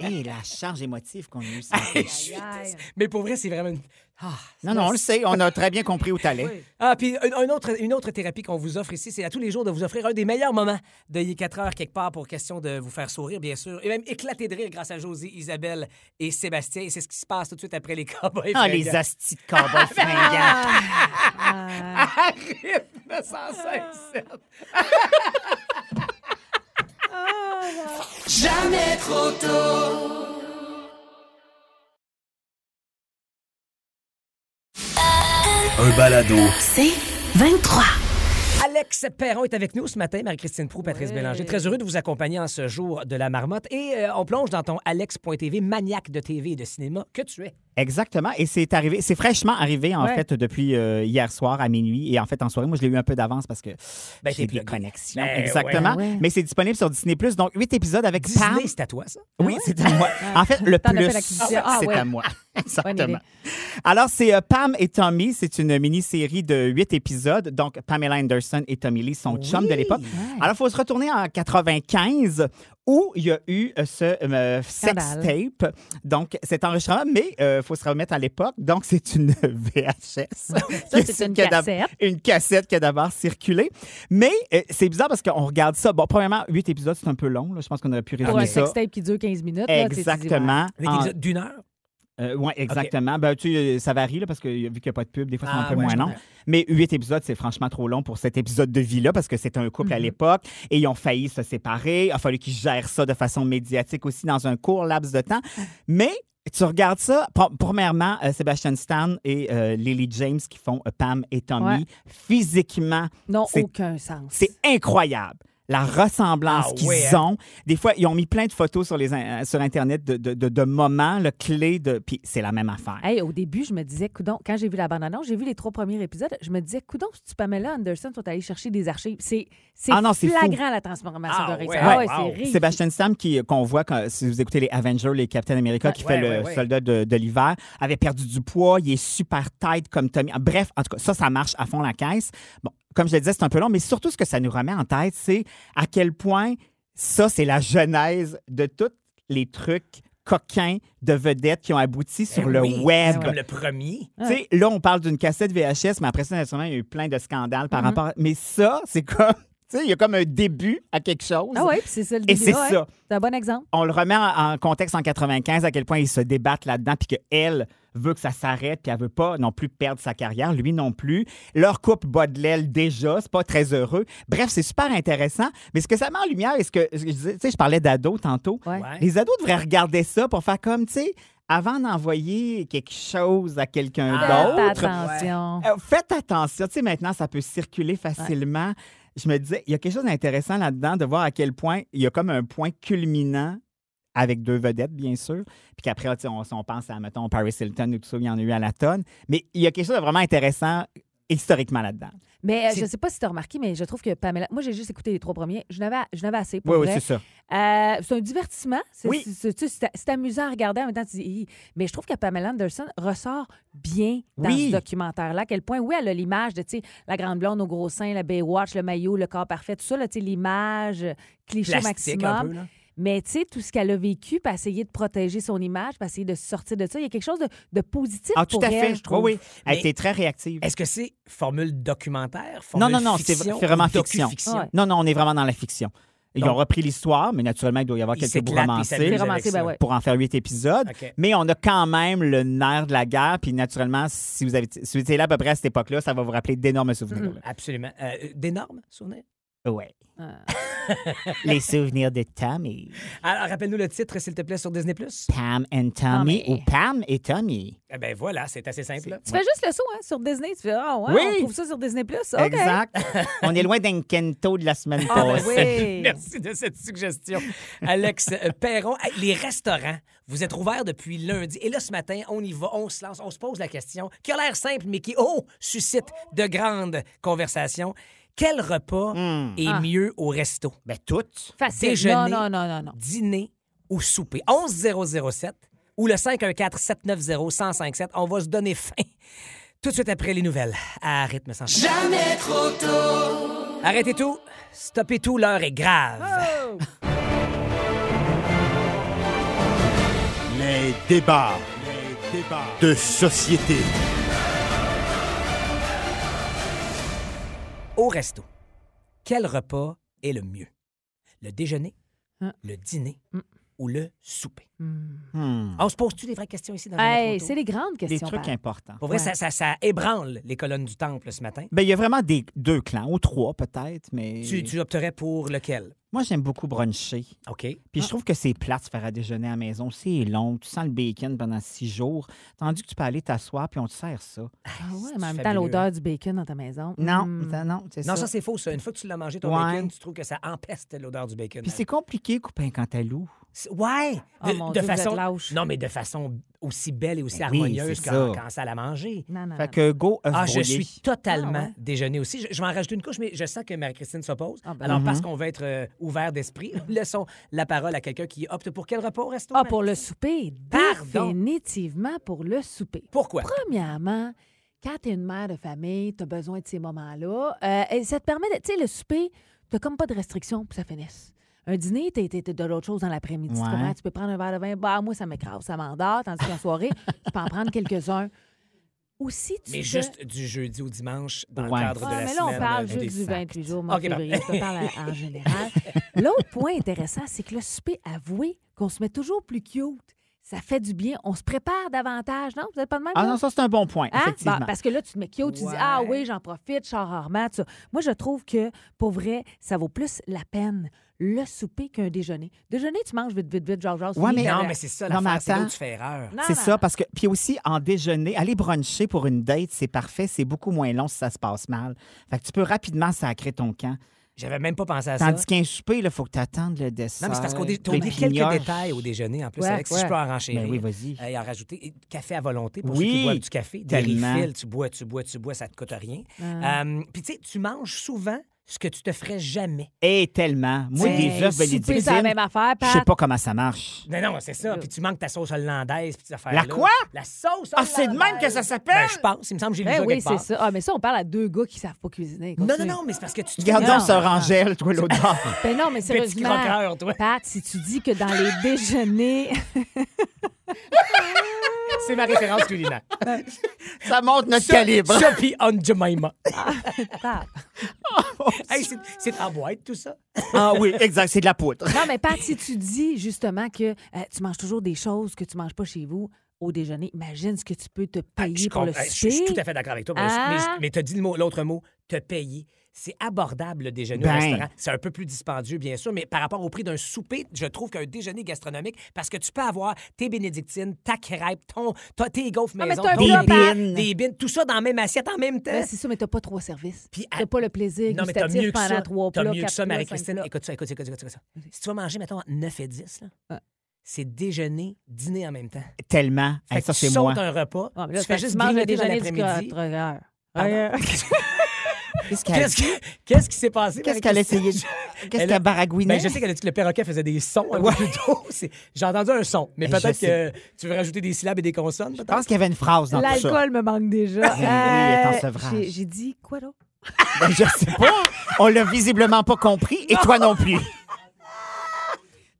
Speaker 4: Et Eh, la charge émotive qu'on a eue. ça.
Speaker 5: je suis-
Speaker 6: Aïe.
Speaker 5: Mais pour vrai, c'est vraiment. une- Ah,
Speaker 4: Non, non, on le sait, on a très bien compris où t'allais.
Speaker 5: Ah, puis un- un autre- une autre thérapie qu'on vous offre ici, c'est à tous les jours de vous offrir un des meilleurs moments de y 4 heures quelque part pour question de vous faire sourire, bien sûr, et même éclater de rire grâce à Josie, Isabelle et Sébastien. Et c'est ce qui se passe tout de suite après les cowboys.
Speaker 4: Ah,
Speaker 5: fringants.
Speaker 4: les astis de cowboys fringants.
Speaker 5: Arrive
Speaker 4: Ah.
Speaker 5: 957.
Speaker 1: Un balado.
Speaker 7: C'est 23.
Speaker 5: Alex Perron est avec nous ce matin, Marie-Christine Prou, Patrice Bélanger. Très heureux de vous accompagner en ce jour de la marmotte. Et euh, on plonge dans ton alex.tv, maniaque de TV et de cinéma que tu es.
Speaker 4: Exactement. Et c'est arrivé, c'est fraîchement arrivé, en
Speaker 6: Ouais.
Speaker 4: fait, depuis euh, hier soir à minuit. Et en fait, en soirée, moi, je l'ai eu un peu d'avance parce que
Speaker 5: Ben,
Speaker 4: j'ai
Speaker 5: t'es
Speaker 4: des
Speaker 5: plugué.
Speaker 4: connexions.
Speaker 5: Ben,
Speaker 4: Exactement.
Speaker 6: ouais.
Speaker 4: Mais c'est disponible sur Disney+. Donc, huit épisodes avec Pam.
Speaker 5: Disney, c'est à toi, ça?
Speaker 4: Oui, c'est à moi. En fait, le
Speaker 6: T'en as
Speaker 4: plus,
Speaker 6: fait l'acquisition. Ah,
Speaker 4: c'est
Speaker 6: ouais.
Speaker 4: à moi. Exactement.
Speaker 6: idée.
Speaker 4: Alors, c'est euh, Pam et Tommy. C'est une mini-série de huit épisodes. Donc, Pamela Anderson et Tommy Lee sont chums de l'époque. Alors, il faut se retourner en 95 où il y a eu euh, ce euh, sex
Speaker 6: Scandale.
Speaker 4: tape. Donc, cet enregistrement, mais il faut se remettre à l'époque. Donc, c'est une VHS.
Speaker 6: Ça, c'est une
Speaker 4: qui a d'ab-
Speaker 6: cassette.
Speaker 4: Une cassette qui a d'abord circulé. Mais euh, c'est bizarre parce qu'on regarde ça. Bon, premièrement, huit épisodes, c'est un peu long. là. Je pense qu'on aurait pu
Speaker 6: Pour
Speaker 4: résumer
Speaker 6: un
Speaker 4: Ah, ça.
Speaker 6: sextape qui dure 15 minutes. là, tu sais, tu dis, ouais.
Speaker 4: Exactement.
Speaker 5: Avec
Speaker 4: En-
Speaker 5: des épisodes d'une heure?
Speaker 4: euh, ouais, exactement. Ben, tu sais, ça varie là, parce que vu qu'il n'y a pas de pub, des fois, c'est
Speaker 5: Ah,
Speaker 4: un peu
Speaker 5: ouais,
Speaker 4: moins
Speaker 5: je
Speaker 4: long.
Speaker 5: comprends.
Speaker 4: Mais huit épisodes, c'est franchement trop long pour cet épisode de vie-là parce que c'était un couple
Speaker 5: Mhm.
Speaker 4: à l'époque et ils ont failli se séparer. Il a fallu qu'ils gèrent ça de façon médiatique aussi dans un court laps de temps. Mais tu regardes ça, pr- premièrement, euh, Sebastian Stan et euh, Lily James qui font euh, Pam et Tommy.
Speaker 6: Ouais.
Speaker 4: Physiquement,
Speaker 6: Non,
Speaker 4: C'est-
Speaker 6: aucun sens.
Speaker 4: c'est incroyable. La ressemblance
Speaker 5: Ah
Speaker 4: qu'ils
Speaker 5: ouais, hein?
Speaker 4: ont. Des fois, ils ont mis plein de photos sur, les, in- euh, sur Internet de, de- de- de moments, le clé de. Puis c'est la même affaire.
Speaker 6: Hey, au début, je me disais, coudon, quand j'ai vu la bande-annonce, j'ai vu les trois premiers épisodes, je me disais, coudon, si Pamela Anderson sont allés chercher des archives. C'est c'est
Speaker 4: Ah non, c'est fou.
Speaker 6: flagrant la transformation
Speaker 5: Ah
Speaker 6: de Rex.
Speaker 5: ouais,
Speaker 6: Ah
Speaker 5: ouais,
Speaker 6: c'est
Speaker 5: wow.
Speaker 6: ridicule.
Speaker 4: Sébastien Stan, qui- euh, qu'on voit quand- si vous écoutez les Avengers, les Captain America, qui
Speaker 5: Ouais,
Speaker 4: fait
Speaker 5: ouais,
Speaker 4: le
Speaker 5: ouais.
Speaker 4: soldat de, de l'hiver, avait perdu du poids, il est super tight comme Tommy. Ah, Bref, en tout cas, ça, ça marche à fond la caisse. Bon, comme je le disais, c'est un peu long, mais surtout, ce que ça nous remet en tête, c'est à quel point ça, c'est la genèse de tous les trucs coquins de vedettes qui ont abouti sur
Speaker 5: Eh
Speaker 4: le
Speaker 5: oui,
Speaker 4: web.
Speaker 5: C'est comme le premier.
Speaker 4: Tu sais, là, on parle d'une cassette VHS, mais après ça, naturellement, il y a eu plein de scandales
Speaker 5: Mm-hmm.
Speaker 4: par rapport. à- Mais ça, c'est comme. Tu sais, il y a comme un début à quelque chose.
Speaker 6: Ah oui, puis c'est ça le
Speaker 4: Et
Speaker 6: début.
Speaker 4: c'est
Speaker 6: Ah ouais,
Speaker 4: ça.
Speaker 6: C'est un bon exemple.
Speaker 4: On le remet en, en contexte en 95, à quel point ils se débattent là-dedans, puis qu'elle veut que ça s'arrête, puis elle veut pas non plus perdre sa carrière, lui non plus. Leur couple bat de l'aile déjà, c'est pas très heureux. Bref, c'est super intéressant. Mais ce que ça met en lumière, est ce que je disais, tu sais, je parlais d'ados tantôt.
Speaker 6: Ouais.
Speaker 5: Ouais.
Speaker 4: Les ados devraient regarder ça pour faire comme, tu sais, avant d'envoyer quelque chose à quelqu'un
Speaker 5: Ah,
Speaker 4: d'autre.
Speaker 6: Faites attention.
Speaker 4: Euh, Faites attention. Tu sais, maintenant, ça peut circuler facilement. Je me disais, il y a quelque chose d'intéressant là-dedans de voir à quel point il y a comme un point culminant avec deux vedettes, bien sûr. Puis qu'après, tu sais, on, on pense à, mettons, Paris Hilton ou tout ça, il y en a eu à la tonne. Mais il y a quelque chose de vraiment intéressant historiquement là-dedans.
Speaker 6: Mais euh,
Speaker 5: C'est-
Speaker 6: je sais pas si tu as remarqué, mais je trouve que Pamela. Moi, j'ai juste écouté les trois premiers. Je n'avais, je n'avais assez. Pour
Speaker 4: Oui, oui,
Speaker 6: vrai.
Speaker 4: c'est ça.
Speaker 6: Euh, c'est un divertissement. C'est,
Speaker 4: Oui.
Speaker 6: c'est- c'est- c'est- c'est amusant à regarder en même temps. tu dis, Hi. mais je trouve que Pamela Anderson ressort bien dans
Speaker 4: Oui.
Speaker 6: ce documentaire-là. À quel point, oui, elle a l'image de tu sais, la grande blonde au gros sein, la Baywatch, le maillot, le corps parfait, tout ça, là, tu sais, l'image, euh, cliché
Speaker 5: Plastique un
Speaker 6: maximum.
Speaker 5: peu, là.
Speaker 6: Mais tu sais, tout ce qu'elle a vécu, puis essayer de protéger son image, puis essayer de se sortir de ça, il y a quelque chose de, de positif
Speaker 4: Ah, tout
Speaker 6: pour
Speaker 4: à
Speaker 6: elle,
Speaker 4: fait.
Speaker 6: je trouve.
Speaker 4: Oui, oui. Elle
Speaker 5: Mais-
Speaker 4: était très réactive.
Speaker 5: Est-ce que c'est formule documentaire,
Speaker 4: Non,
Speaker 5: formule
Speaker 4: non, non, c'est
Speaker 5: fiction,
Speaker 4: vraiment
Speaker 5: ou
Speaker 4: fiction.
Speaker 5: docu-fiction?
Speaker 6: Ouais.
Speaker 4: Non, non, on est vraiment dans la fiction. Ils
Speaker 5: Donc-
Speaker 4: ont repris l'histoire, mais naturellement, il doit y avoir
Speaker 5: Ils
Speaker 4: quelques bouts
Speaker 5: s'éclatent, ils s'amusent
Speaker 4: romancés.
Speaker 6: C'est romancé,
Speaker 5: avec ça.
Speaker 6: ben ouais.
Speaker 4: pour en faire huit épisodes.
Speaker 5: OK.
Speaker 4: Mais on a quand même le nerf de la guerre. Puis naturellement, si vous, avez, si vous étiez là à peu près à cette époque-là, ça va vous rappeler d'énormes souvenirs.
Speaker 5: Absolument. Euh, D'énormes souvenirs.
Speaker 4: là. Ouais.
Speaker 6: Ah.
Speaker 4: Les souvenirs de Tommy.
Speaker 5: Alors, rappelle-nous le titre, s'il te plaît, sur Disney+. Plus.
Speaker 4: Pam and Tommy
Speaker 6: mais-
Speaker 4: ou Pam et Tommy.
Speaker 5: ben voilà, c'est assez simple.
Speaker 6: Tu fais juste le saut hein, sur Disney. Tu fais, ah, ouais,
Speaker 4: Oui.
Speaker 6: on trouve ça sur Disney. Plus.
Speaker 4: Exact. on est loin d'un kento de la semaine
Speaker 6: Ah, ben
Speaker 4: passée.
Speaker 6: oui.
Speaker 5: Merci de cette suggestion. Alex euh, Perron, Hey, les restaurants, vous êtes ouverts depuis lundi. Et là, ce matin, on y va, on se lance, on se pose la question qui a l'air simple, mais qui, oh, suscite de grandes conversations. Quel repas
Speaker 4: Hmm.
Speaker 5: est
Speaker 6: Ah.
Speaker 5: mieux au resto?
Speaker 4: Ben, toutes.
Speaker 6: Facile.
Speaker 5: Déjeuner.
Speaker 6: Non, non, non, non, non.
Speaker 5: Dîner ou souper? 11007 ou le 514-790-1057. On va se donner faim tout de suite après les nouvelles à rythme sans Jamais trop tôt. Arrêtez tout. Stoppez tout. L'heure est grave.
Speaker 4: Oh!
Speaker 8: Les débats, de société.
Speaker 5: Au resto, quel repas est le mieux? Le déjeuner,
Speaker 6: Hein?
Speaker 5: le dîner ou le souper?
Speaker 4: Hmm.
Speaker 5: On se pose-tu des vraies questions ici dans
Speaker 6: Hey,
Speaker 5: le
Speaker 6: c'est les grandes questions.
Speaker 4: Des trucs
Speaker 6: Pat.
Speaker 4: importants.
Speaker 5: Pour vrai,
Speaker 6: Ouais.
Speaker 5: ça, ça- ça ébranle les colonnes du temple ce matin.
Speaker 4: Ben, il y a vraiment des, deux clans, ou trois peut-être, mais
Speaker 5: Tu, tu opterais pour lequel?
Speaker 4: moi j'aime beaucoup bruncher.
Speaker 5: OK.
Speaker 4: Puis je trouve que c'est plat de se faire à déjeuner à la maison. C'est long. Tu sens le bacon pendant six jours. Tandis que tu peux aller t'asseoir puis on te sert ça.
Speaker 6: Ah ouais,
Speaker 5: c'est
Speaker 6: mais en même temps,
Speaker 5: fabuleux,
Speaker 6: l'odeur du bacon dans ta maison.
Speaker 4: Non,
Speaker 6: Mm.
Speaker 4: ça, non, c'est
Speaker 5: Non,
Speaker 4: ça.
Speaker 5: ça, c'est faux. Ça. Une fois que tu l'as mangé, ton
Speaker 4: Ouais.
Speaker 5: bacon, tu trouves que ça empeste l'odeur du bacon.
Speaker 4: puis c'est compliqué couper un cantalou.
Speaker 5: C'est- Ouais.
Speaker 6: Oh, mon Dieu, vous êtes lâche.
Speaker 5: non, mais de façon aussi belle et aussi
Speaker 4: Ben oui,
Speaker 5: harmonieuse
Speaker 4: c'est
Speaker 5: qu'en
Speaker 4: ça.
Speaker 5: quand ça la manger.
Speaker 6: Non, non,
Speaker 4: Fait
Speaker 6: non.
Speaker 4: que go œuf
Speaker 5: Ah, je
Speaker 4: brouillé.
Speaker 5: suis totalement
Speaker 6: Ah, ouais.
Speaker 5: déjeuné aussi. Je, je vais en rajouter une couche, mais je sens que Marie-Christine s'oppose.
Speaker 6: Ah, ben
Speaker 5: Alors, parce
Speaker 4: Mhm.
Speaker 5: qu'on va être euh, ouvert d'esprit, laissons la parole à quelqu'un qui opte pour quel repas au resto?
Speaker 6: Ah,
Speaker 5: Marie?
Speaker 6: pour le souper.
Speaker 5: Pardon.
Speaker 6: Définitivement pour le souper.
Speaker 5: Pourquoi?
Speaker 6: Premièrement, quand t'es une mère de famille, t'as besoin de ces moments-là. Euh, et ça te permet de. Tu sais, le souper, t'as comme pas de restrictions pour ça finisse. Un dîner, t'es t'es- t'as de l'autre chose dans l'après-midi. Tu
Speaker 4: Ouais.
Speaker 6: comprends? Tu peux prendre un verre de vin. Bah, moi, ça m'écrase, ça m'endort. Tandis qu'en soirée, tu peux en prendre quelques-uns. Aussi, tu
Speaker 5: Mais
Speaker 6: te-
Speaker 5: juste du jeudi au dimanche dans
Speaker 4: Ouais.
Speaker 5: le cadre de
Speaker 6: Ouais,
Speaker 5: la
Speaker 6: mais là,
Speaker 5: semaine.
Speaker 6: on parle
Speaker 5: euh,
Speaker 6: juste
Speaker 5: des
Speaker 6: du
Speaker 5: sacs.
Speaker 6: 28 jours, moi,
Speaker 5: Ok,
Speaker 6: février. Je te parle en- en général. L'autre point intéressant, c'est que le souper, avoué qu'on se met toujours plus cute. Ça fait du bien. On se prépare davantage, non? Vous n'êtes pas de même?
Speaker 4: Ah
Speaker 6: là?
Speaker 4: non, ça, c'est un bon point,
Speaker 6: Hein?
Speaker 4: effectivement.
Speaker 6: Bon, parce que là, tu te mets cute, tu dis
Speaker 5: Ouais.
Speaker 6: Ah oui, j'en profite, je sors rarement. tout ça. Moi, je trouve que, pour vrai, ça vaut plus la peine le souper qu'un déjeuner. Déjeuner, tu manges vite, vite, vite, genre, genre, euh,
Speaker 4: Ouais,
Speaker 6: fini.
Speaker 4: mais- euh,
Speaker 5: Non, mais c'est ça,
Speaker 4: Non, mais
Speaker 5: l'affaire, c'est là où
Speaker 4: attends.
Speaker 5: tu fais erreur.
Speaker 6: Non,
Speaker 4: C'est
Speaker 6: non,
Speaker 4: ça, parce que. Puis aussi, en déjeuner, aller bruncher pour une date, c'est parfait. C'est beaucoup moins long si ça se passe mal. Fait que tu peux rapidement sacrer ton camp.
Speaker 5: J'avais même pas pensé à ça.
Speaker 4: Tandis qu'un souper, il faut que tu attendes le dessert.
Speaker 5: Non, mais c'est parce qu'on dé- t'as
Speaker 4: les
Speaker 5: oublié quelques
Speaker 4: pignoches.
Speaker 5: détails au déjeuner en plus.
Speaker 6: Ouais,
Speaker 5: Alex,
Speaker 6: ouais.
Speaker 5: si je peux en renchérir.
Speaker 4: Ben oui, vas-y.
Speaker 5: Euh, Et en rajouter. Et café à volonté pour
Speaker 4: Oui,
Speaker 5: ceux qui boivent du café. Des
Speaker 4: tellement.
Speaker 5: refills, tu bois, tu bois, tu bois, ça te coûte rien. Euh, Puis tu sais, tu manges souvent ce que tu te ferais jamais.
Speaker 4: Et Eh, tellement. Moi,
Speaker 6: Hey,
Speaker 4: des œufs
Speaker 6: souper, c'est la même
Speaker 4: bénédictines,
Speaker 6: affaire,
Speaker 4: je sais
Speaker 6: Pat.
Speaker 4: pas comment ça marche.
Speaker 5: Non, non, c'est ça. Puis tu manques ta sauce hollandaise, puis ces affaires
Speaker 4: La quoi?
Speaker 5: La sauce hollandaise.
Speaker 4: Ah, c'est de même que ça s'appelle?
Speaker 5: Ben, je pense. Il me semble que j'ai lu
Speaker 6: Ben
Speaker 5: ça
Speaker 6: oui,
Speaker 5: quelque
Speaker 6: c'est
Speaker 5: part.
Speaker 6: ça. Ah, mais ça, on parle à deux gars qui savent pas cuisiner.
Speaker 5: Non, non,
Speaker 6: Continue.
Speaker 5: non, mais c'est parce que tu te
Speaker 4: Regarde
Speaker 6: Non.
Speaker 4: donc ce rangel, toi, l'autre bord.
Speaker 6: Ben non, mais
Speaker 5: Petit
Speaker 6: sérieusement,
Speaker 5: croqueur, toi.
Speaker 6: Pat, si tu dis que dans les déjeuners,
Speaker 5: C'est ma référence culinaire.
Speaker 4: Ça montre notre calibre.
Speaker 5: Sophie on Jemima.
Speaker 6: Pat.
Speaker 5: Hey, c'est- c'est en boîte, tout ça?
Speaker 4: Ah oui, exact, c'est de la poudre.
Speaker 6: non, mais Pat, si tu dis justement que euh, tu manges toujours des choses que tu manges pas chez vous au déjeuner, imagine ce que tu peux te payer
Speaker 5: Ah, Je
Speaker 6: pour le
Speaker 5: comprends.
Speaker 6: souper.
Speaker 5: Je suis- je suis tout à fait d'accord avec toi. mais-
Speaker 6: Ah.
Speaker 5: Mais, mais tu as dit le mot- l'autre mot, te payer. C'est abordable le déjeuner
Speaker 4: Ben.
Speaker 5: au restaurant. C'est un peu plus dispendieux, bien sûr, mais par rapport au prix d'un souper, je trouve qu'un déjeuner gastronomique, parce que tu peux avoir tes bénédictines, ta crêpe, ton, ta- tes gaufres
Speaker 6: Ah, mais
Speaker 5: maison,
Speaker 6: c'est un
Speaker 5: ton-
Speaker 4: plat, Pat. Des bines.
Speaker 5: des bines, tout ça dans la même assiette en même temps.
Speaker 6: Ben, c'est ça, mais t'as pas trois services.
Speaker 5: Euh, Puis à-
Speaker 6: T'as pas le plaisir
Speaker 5: non, mais t'as
Speaker 6: gustatif
Speaker 5: mieux que
Speaker 6: pendant
Speaker 5: ça.
Speaker 6: trois
Speaker 5: T'as
Speaker 6: plats,
Speaker 5: mieux que
Speaker 6: quatre
Speaker 5: ça,
Speaker 6: plats, cinq
Speaker 5: Marie-Christine.
Speaker 6: plats.
Speaker 5: Écoute ça, écoute ça, écoute ça, écoute ça. Si tu vas manger, mettons, entre 9 et 10, là,
Speaker 6: Ouais.
Speaker 5: c'est déjeuner, dîner en même temps.
Speaker 4: Tellement. Hey,
Speaker 5: Fait que
Speaker 4: ça,
Speaker 5: tu
Speaker 4: c'est
Speaker 5: sautes
Speaker 4: moi.
Speaker 5: un repas,
Speaker 6: Ah, mais là,
Speaker 5: tu fais
Speaker 6: c'est
Speaker 5: juste
Speaker 6: parce que tu manges le
Speaker 5: grignoter dans
Speaker 6: déjeuner du
Speaker 5: l'après-midi.
Speaker 6: quatre-heures.
Speaker 5: Pardon?
Speaker 4: Qu'est-ce qu'elle
Speaker 5: Qu'est-ce que- qu'est-ce qui s'est passé?
Speaker 4: qu'est-ce qu'elle a essayé? de- Qu'est-ce
Speaker 5: Elle
Speaker 4: qu'elle
Speaker 5: a-
Speaker 4: baragouinait?
Speaker 5: Ben, je sais qu'elle a dit que le perroquet faisait des sons un peu plus tôt. C'est- J'ai entendu un son, mais
Speaker 4: Ben,
Speaker 5: peut-être
Speaker 4: je
Speaker 5: que tu veux rajouter des syllabes et des consonnes.
Speaker 4: Je pense qu'il y avait une phrase dans tout ça.
Speaker 6: L'alcool me manque
Speaker 5: Eh
Speaker 6: déjà.
Speaker 4: oui, elle est en
Speaker 6: Euh,
Speaker 4: sevrage.
Speaker 6: j'ai- J'ai dit quoi d'autre?
Speaker 4: Ben, je sais pas. On l'a visiblement pas compris et toi non plus.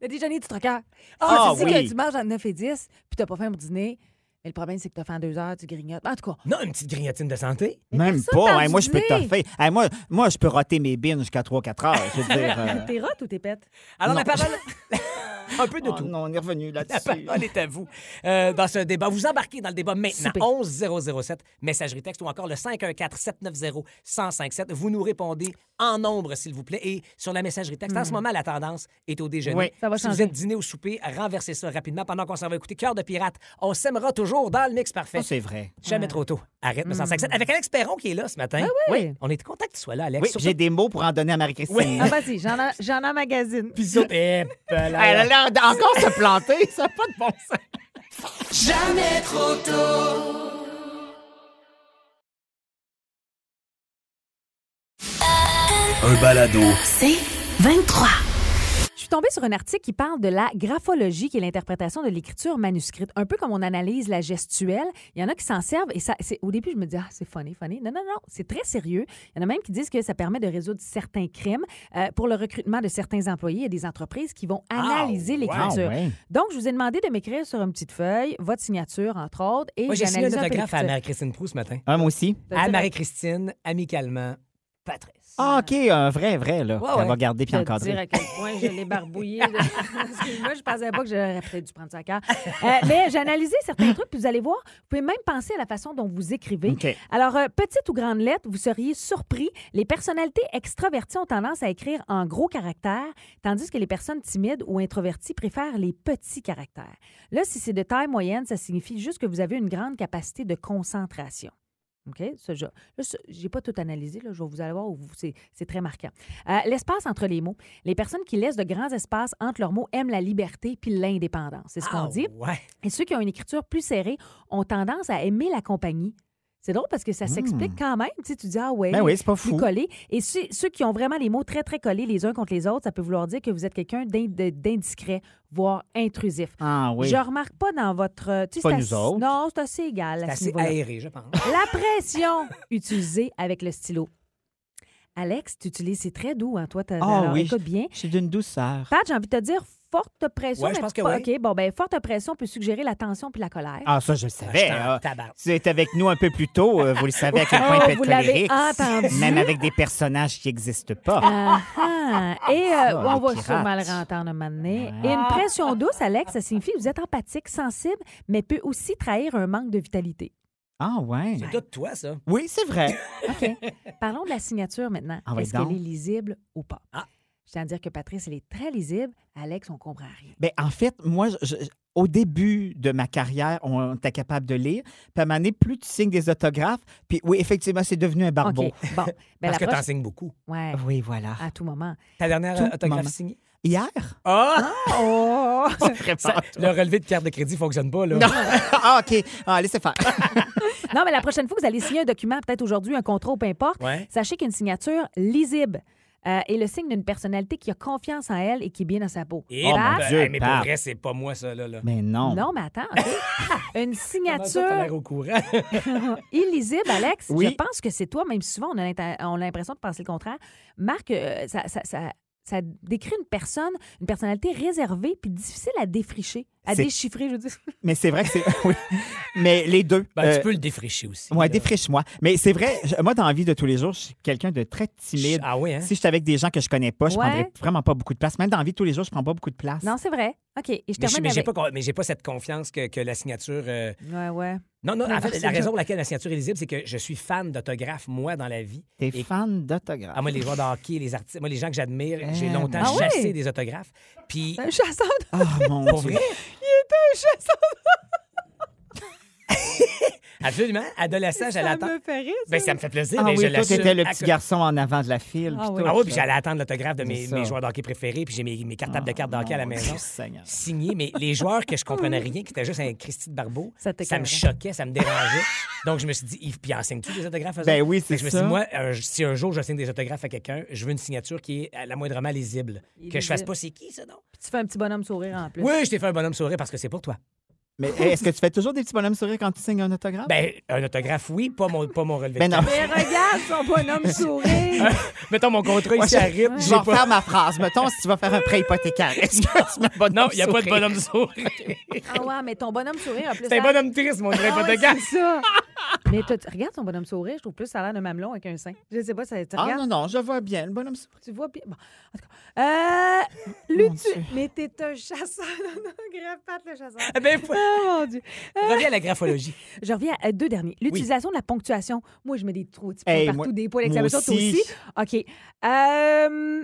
Speaker 6: Le déjeuner du trocœur.
Speaker 4: Ah,
Speaker 6: Ah, c'est
Speaker 4: oui.
Speaker 6: que tu manges entre 9 et 10, puis t'as pas faim pour dîner. Mais le problème, c'est que t'as faim en deux heures, tu grignotes. En tout cas,
Speaker 5: Non, une petite grignotine de santé.
Speaker 4: Même
Speaker 6: personne
Speaker 4: pas.
Speaker 6: parle
Speaker 4: Hey,
Speaker 6: du
Speaker 4: moi, je peux
Speaker 6: dîner.
Speaker 4: te faire. Hey, moi, moi, je peux roter mes bines jusqu'à 3-4 heures. Je veux dire. euh,
Speaker 6: t'es rote ou t'es pète?
Speaker 5: Alors, la
Speaker 4: Non.
Speaker 5: parole. un peu de
Speaker 4: oh
Speaker 5: tout.
Speaker 4: non, on est revenu
Speaker 5: La
Speaker 4: là-dessus. Ah,
Speaker 5: parole est à vous euh, dans ce débat. Vous embarquez dans le débat maintenant.
Speaker 6: Super.
Speaker 5: 11007, messagerie texte ou encore le 514-790-1057. Vous nous répondez en nombre, s'il vous plaît. Et sur la messagerie texte, en ce moment, la tendance est au déjeuner.
Speaker 4: Oui,
Speaker 6: ça va
Speaker 5: si vous
Speaker 6: changer.
Speaker 5: êtes dîner ou souper, renversez ça rapidement pendant qu'on s'en va écouter Cœur de pirate. On s'aimera toujours dans le mix parfait.
Speaker 4: Ça, Ah, c'est vrai.
Speaker 5: Jamais trop tôt. Arrête, 1057. Avec Alex Perron qui est là ce matin.
Speaker 6: oui.
Speaker 5: On est content que tu sois là, Alex.
Speaker 4: Oui,
Speaker 5: Surtout-
Speaker 4: j'ai des mots pour en donner à Marie-Christine.
Speaker 5: Oui.
Speaker 6: Ah, vas-y, j'en ai- j'en ai un magazine.
Speaker 5: Puis ça- Eh, ben là,
Speaker 4: Elle a l'air d- encore se planter. Ça n'a pas de bon sens.
Speaker 8: Un balado.
Speaker 7: C'est 23.
Speaker 6: Je suis tombée sur un article qui parle de la graphologie, qui est l'interprétation de l'écriture manuscrite, un peu comme on analyse la gestuelle. Il y en a qui s'en servent et ça, c'est, au début, je me dis, ah, c'est funny, funny. Non, non, non, c'est très sérieux. Il y en a même qui disent que ça permet de résoudre certains crimes. Euh, pour le recrutement de certains employés, il y a des entreprises qui vont analyser
Speaker 5: Ah, wow,
Speaker 6: l'écriture.
Speaker 4: ouais.
Speaker 6: Donc, je vous ai demandé de m'écrire sur une petite feuille votre signature, entre autres, et
Speaker 5: Moi, j'ai signé un
Speaker 6: j'analyse un peu
Speaker 5: autographe à
Speaker 6: l'écriture.
Speaker 5: Marie-Christine Proux ce matin.
Speaker 4: Ah, moi aussi.
Speaker 5: À Marie-Christine, amicalement, Patrice.
Speaker 4: Ah, OK, un vrai, vrai, là.
Speaker 5: Ouais,
Speaker 4: Elle
Speaker 5: ouais.
Speaker 4: va garder puis
Speaker 6: Je vais te dire
Speaker 4: encadrer.
Speaker 6: à quel point je l'ai barbouillé. Excuse-moi, je pensais pas que j'aurais peut-être dû prendre ça à cœur. Euh, mais j'ai analysé certains trucs, puis vous allez voir, vous pouvez même penser à la façon dont vous écrivez.
Speaker 4: OK.
Speaker 6: Alors, euh, petite ou grande lettre, vous seriez surpris. Les personnalités extraverties ont tendance à écrire en gros caractères, tandis que les personnes timides ou introverties préfèrent les petits caractères. Là, si c'est de taille moyenne, ça signifie juste que vous avez une grande capacité de concentration. OK? Ça, je n'ai pas tout analysé. Là, je vais vous aller voir. où vous- C'est c'est très marquant. Euh, L'espace entre les mots. Les personnes qui laissent de grands espaces entre leurs mots aiment la liberté puis l'indépendance. C'est ce qu'on
Speaker 5: Ah,
Speaker 6: dit.
Speaker 5: ouais.
Speaker 6: Et ceux qui ont une écriture plus serrée ont tendance à aimer la compagnie. C'est drôle parce que ça s'explique quand même. Tu, sais, tu dis, ah ouais,
Speaker 4: Hmm. Ben oui, c'est pas
Speaker 6: plus
Speaker 4: fou.
Speaker 6: collé. Et ceux, ceux qui ont vraiment les mots très, très collés les uns contre les autres, ça peut vouloir dire que vous êtes quelqu'un d'in- de- d'indiscret, voire intrusif.
Speaker 4: Ah oui.
Speaker 6: Je remarque pas dans votre... euh, tu sais,
Speaker 4: Pas
Speaker 6: c'est
Speaker 4: nous
Speaker 6: assez-
Speaker 4: autres.
Speaker 6: Non, c'est assez égal. à
Speaker 5: C'est
Speaker 6: ce
Speaker 5: assez
Speaker 6: niveau-là.
Speaker 5: aéré, je pense.
Speaker 6: La pression utilisée avec le stylo. Alex, tu utilises, c'est très doux, hein, toi. t'as-
Speaker 4: Ah
Speaker 6: alors,
Speaker 4: oui.
Speaker 6: Écoute bien.
Speaker 4: Je suis d'une douceur.
Speaker 6: Pat, j'ai envie de te dire forte pression.
Speaker 5: Ouais, je
Speaker 6: mais
Speaker 5: pense que
Speaker 6: pas-
Speaker 5: oui.
Speaker 6: OK, bon, ben forte pression peut suggérer la tension puis la colère.
Speaker 4: Ah, ça, je le savais.
Speaker 5: Ah, je t'en
Speaker 4: ah.
Speaker 5: tabarne.
Speaker 4: Tu étais avec nous un peu plus tôt, euh, vous le savez à quel
Speaker 6: Oh,
Speaker 4: point il peut être
Speaker 6: vous l'avez
Speaker 4: colérique.
Speaker 6: entendu.
Speaker 4: Même avec des personnages qui n'existent pas.
Speaker 6: Ah, ah. Et euh,
Speaker 4: Ça,
Speaker 6: on
Speaker 4: les
Speaker 6: va
Speaker 4: pirates.
Speaker 6: sûrement le rentendre un moment donné.
Speaker 4: Ouais.
Speaker 6: Et une pression douce, Alex, ça signifie que vous êtes empathique, sensible, mais peut aussi trahir un manque de vitalité.
Speaker 4: Ah, ouais.
Speaker 5: C'est tout de toi,
Speaker 6: Ben,
Speaker 5: ça.
Speaker 4: Oui, c'est vrai.
Speaker 6: Parlons de la signature maintenant.
Speaker 4: Ah, ouais,
Speaker 6: Est-ce
Speaker 4: donc.
Speaker 6: qu'elle est lisible ou pas?
Speaker 5: Ah.
Speaker 6: Je tiens à dire que Patrice, elle est très lisible. Alex, on comprend rien.
Speaker 4: Ben, en fait, moi, je- je- au début de ma carrière, on était capable de lire. Puis à un moment donné, plus tu signes des autographes, puis oui, effectivement, c'est devenu un barbeau.
Speaker 6: OK. Bon. Ben,
Speaker 5: Parce que
Speaker 6: la
Speaker 5: t'en
Speaker 6: proche-
Speaker 5: signes beaucoup.
Speaker 6: Ouais,
Speaker 4: Oui, voilà.
Speaker 6: à tout moment.
Speaker 5: Ta dernière
Speaker 4: Tout
Speaker 5: euh, autographe
Speaker 4: moment.
Speaker 5: signée.
Speaker 4: Hier?
Speaker 5: Ah!
Speaker 6: Oh!
Speaker 5: Ça- le relevé de carte de crédit fonctionne pas, là.
Speaker 4: Non. ah, OK. Ah, laissez faire.
Speaker 6: non, mais la prochaine fois que vous allez signer un document, peut-être aujourd'hui, un contrat, peu importe,
Speaker 5: Ouais.
Speaker 6: sachez qu'une signature lisible euh, est le signe d'une personnalité qui a confiance en elle et qui est bien dans sa peau.
Speaker 5: Et
Speaker 4: Oh, mon
Speaker 6: Pat,
Speaker 5: ben,
Speaker 4: Dieu,
Speaker 5: hey, mais pour
Speaker 4: Pat.
Speaker 5: vrai, c'est pas moi, ça, là. là.
Speaker 4: Mais non.
Speaker 6: Non, mais attends. OK. Ah, Une
Speaker 5: Comment ça, t'as l'air
Speaker 6: signature
Speaker 5: au courant.
Speaker 6: illisible, Alex.
Speaker 4: Oui.
Speaker 6: Je pense que c'est toi, même si souvent on a l'inten- on a l'impression de penser le contraire. Marc, euh, ça, ça- ça- ça décrit une personne, une personnalité réservée puis difficile à défricher, à
Speaker 4: C'est-
Speaker 6: déchiffrer, je veux dire.
Speaker 4: Mais c'est vrai que c'est. oui. Mais les deux.
Speaker 5: Ben,
Speaker 4: euh,
Speaker 5: tu peux le défricher aussi.
Speaker 4: Ouais,
Speaker 5: là.
Speaker 4: défriche-moi. Mais c'est vrai, je- moi, dans la vie de tous les jours, je suis quelqu'un de très timide.
Speaker 5: Ah oui, hein?
Speaker 4: Si j'étais avec des gens que je connais pas, je
Speaker 6: Ouais.
Speaker 4: prendrais vraiment pas beaucoup de place. Même dans la vie de tous les jours, je prends pas beaucoup de place.
Speaker 6: Non, c'est vrai. OK. Et je
Speaker 5: Mais j'ai-
Speaker 6: termine
Speaker 5: mais j'ai
Speaker 6: avec...
Speaker 5: pas, con- mais j'ai pas cette confiance que, que la signature. euh,
Speaker 6: Ouais, ouais.
Speaker 5: Non, non,
Speaker 6: Non,
Speaker 5: en fait,
Speaker 6: c'est
Speaker 5: la
Speaker 6: le
Speaker 5: raison
Speaker 6: jeu.
Speaker 5: pour laquelle la signature est lisible, c'est que je suis fan d'autographes, moi, dans la vie.
Speaker 4: T'es
Speaker 5: Et-
Speaker 4: fan d'autographes.
Speaker 5: Ah, moi, les joueurs de hockey, les artistes, moi, les gens que j'admire, j'ai
Speaker 4: Eh,
Speaker 5: longtemps
Speaker 6: mon Dieu.
Speaker 5: chassé
Speaker 6: Ah oui?
Speaker 5: des autographes. Puis,
Speaker 6: Un chasseur de...
Speaker 4: Ah, mon
Speaker 5: pour
Speaker 4: Dieu.
Speaker 5: vrai. Absolument. Adolescent, j'allais attendre.
Speaker 6: fait rire,
Speaker 5: Ben, ça me fait plaisir,
Speaker 4: Ah
Speaker 5: mais je
Speaker 4: oui, toi,
Speaker 5: l'assume.
Speaker 4: t'étais le
Speaker 5: à co-
Speaker 4: petit garçon en avant de la file.
Speaker 6: Ah
Speaker 4: puis
Speaker 6: oui.
Speaker 4: tout,
Speaker 5: Ah oui,
Speaker 4: ça.
Speaker 5: puis j'allais attendre l'autographe de mes,
Speaker 4: C'est ça. Ah
Speaker 5: mes joueurs de hockey préférés, puis j'ai mes, mes cartables de cartes de hockey à la
Speaker 4: Mon
Speaker 5: maison.
Speaker 4: Dieu, Seigneur.
Speaker 5: signé, mais les joueurs que je comprenais rien, qui étaient juste un Christy de Barbeau,
Speaker 6: Ça
Speaker 5: ça,
Speaker 6: t'écoeurait.
Speaker 5: me choquait, ça me dérangeait. Donc, je me suis dit, Yves, puis tu des autographes? eux
Speaker 4: Ben
Speaker 5: autres?
Speaker 4: oui,
Speaker 5: Fait que
Speaker 4: c'est
Speaker 5: Je me suis
Speaker 4: ça.
Speaker 5: dit, moi, un- si un jour je signe des autographes à quelqu'un, je veux une signature qui est à la moindrement lisible. Que je fasse
Speaker 6: Illisible.
Speaker 5: pas, c'est qui, ça, non?
Speaker 6: Tu fais un petit bonhomme sourire en plus.
Speaker 5: Oui, je t'ai fait un bonhomme sourire parce que c'est pour toi.
Speaker 4: Mais eh, est-ce que tu fais toujours des petits bonhommes sourires quand tu signes un autographe?
Speaker 5: Ben, un autographe, oui, pas mon, pas mon relevé.
Speaker 4: Ben
Speaker 5: de
Speaker 4: non.
Speaker 5: cartes.
Speaker 6: Mais regarde son bonhomme sourire.
Speaker 5: Mettons mon contrat
Speaker 4: Moi,
Speaker 5: ici
Speaker 4: je,
Speaker 5: à RIP.
Speaker 4: je
Speaker 5: j'ai
Speaker 4: vais
Speaker 5: pas-
Speaker 4: refaire ma phrase. Mettons, si tu vas faire un prêt hypothécaire, est-ce que tu mets un bonhomme
Speaker 5: Non, il n'y a pas de
Speaker 4: sourire?
Speaker 5: bonhomme sourire.
Speaker 6: ah ouais, mais ton bonhomme sourire a plus
Speaker 5: C'est un
Speaker 6: l'air-
Speaker 5: bonhomme triste, mon relevé
Speaker 6: Ah
Speaker 5: de
Speaker 6: ouais,
Speaker 5: cartes.
Speaker 6: c'est ça. mais t'as- regarde son bonhomme sourire, je trouve plus ça a l'air d'un mamelon avec un sein. Je sais pas, ça, tu
Speaker 4: Ah
Speaker 6: regardes,
Speaker 4: non, non, je vois bien. Le bonhomme sourire.
Speaker 6: tu vois bien. Bon, en tout cas, euh, lui,
Speaker 4: Mon
Speaker 6: tu-
Speaker 4: Dieu.
Speaker 6: mais t'es un chasseur d'autographes, Pat le chasseur.
Speaker 5: Ah Ben, faut-
Speaker 6: Oh mon Dieu.
Speaker 5: reviens à la graphologie.
Speaker 6: Je reviens à deux derniers. L'utilisation de la ponctuation. Moi, je mets des trous petits points
Speaker 4: Hey,
Speaker 6: partout,
Speaker 4: moi-
Speaker 6: des points
Speaker 4: moi
Speaker 6: d'exclamation. Toi
Speaker 4: aussi.
Speaker 6: aussi. OK. Euh,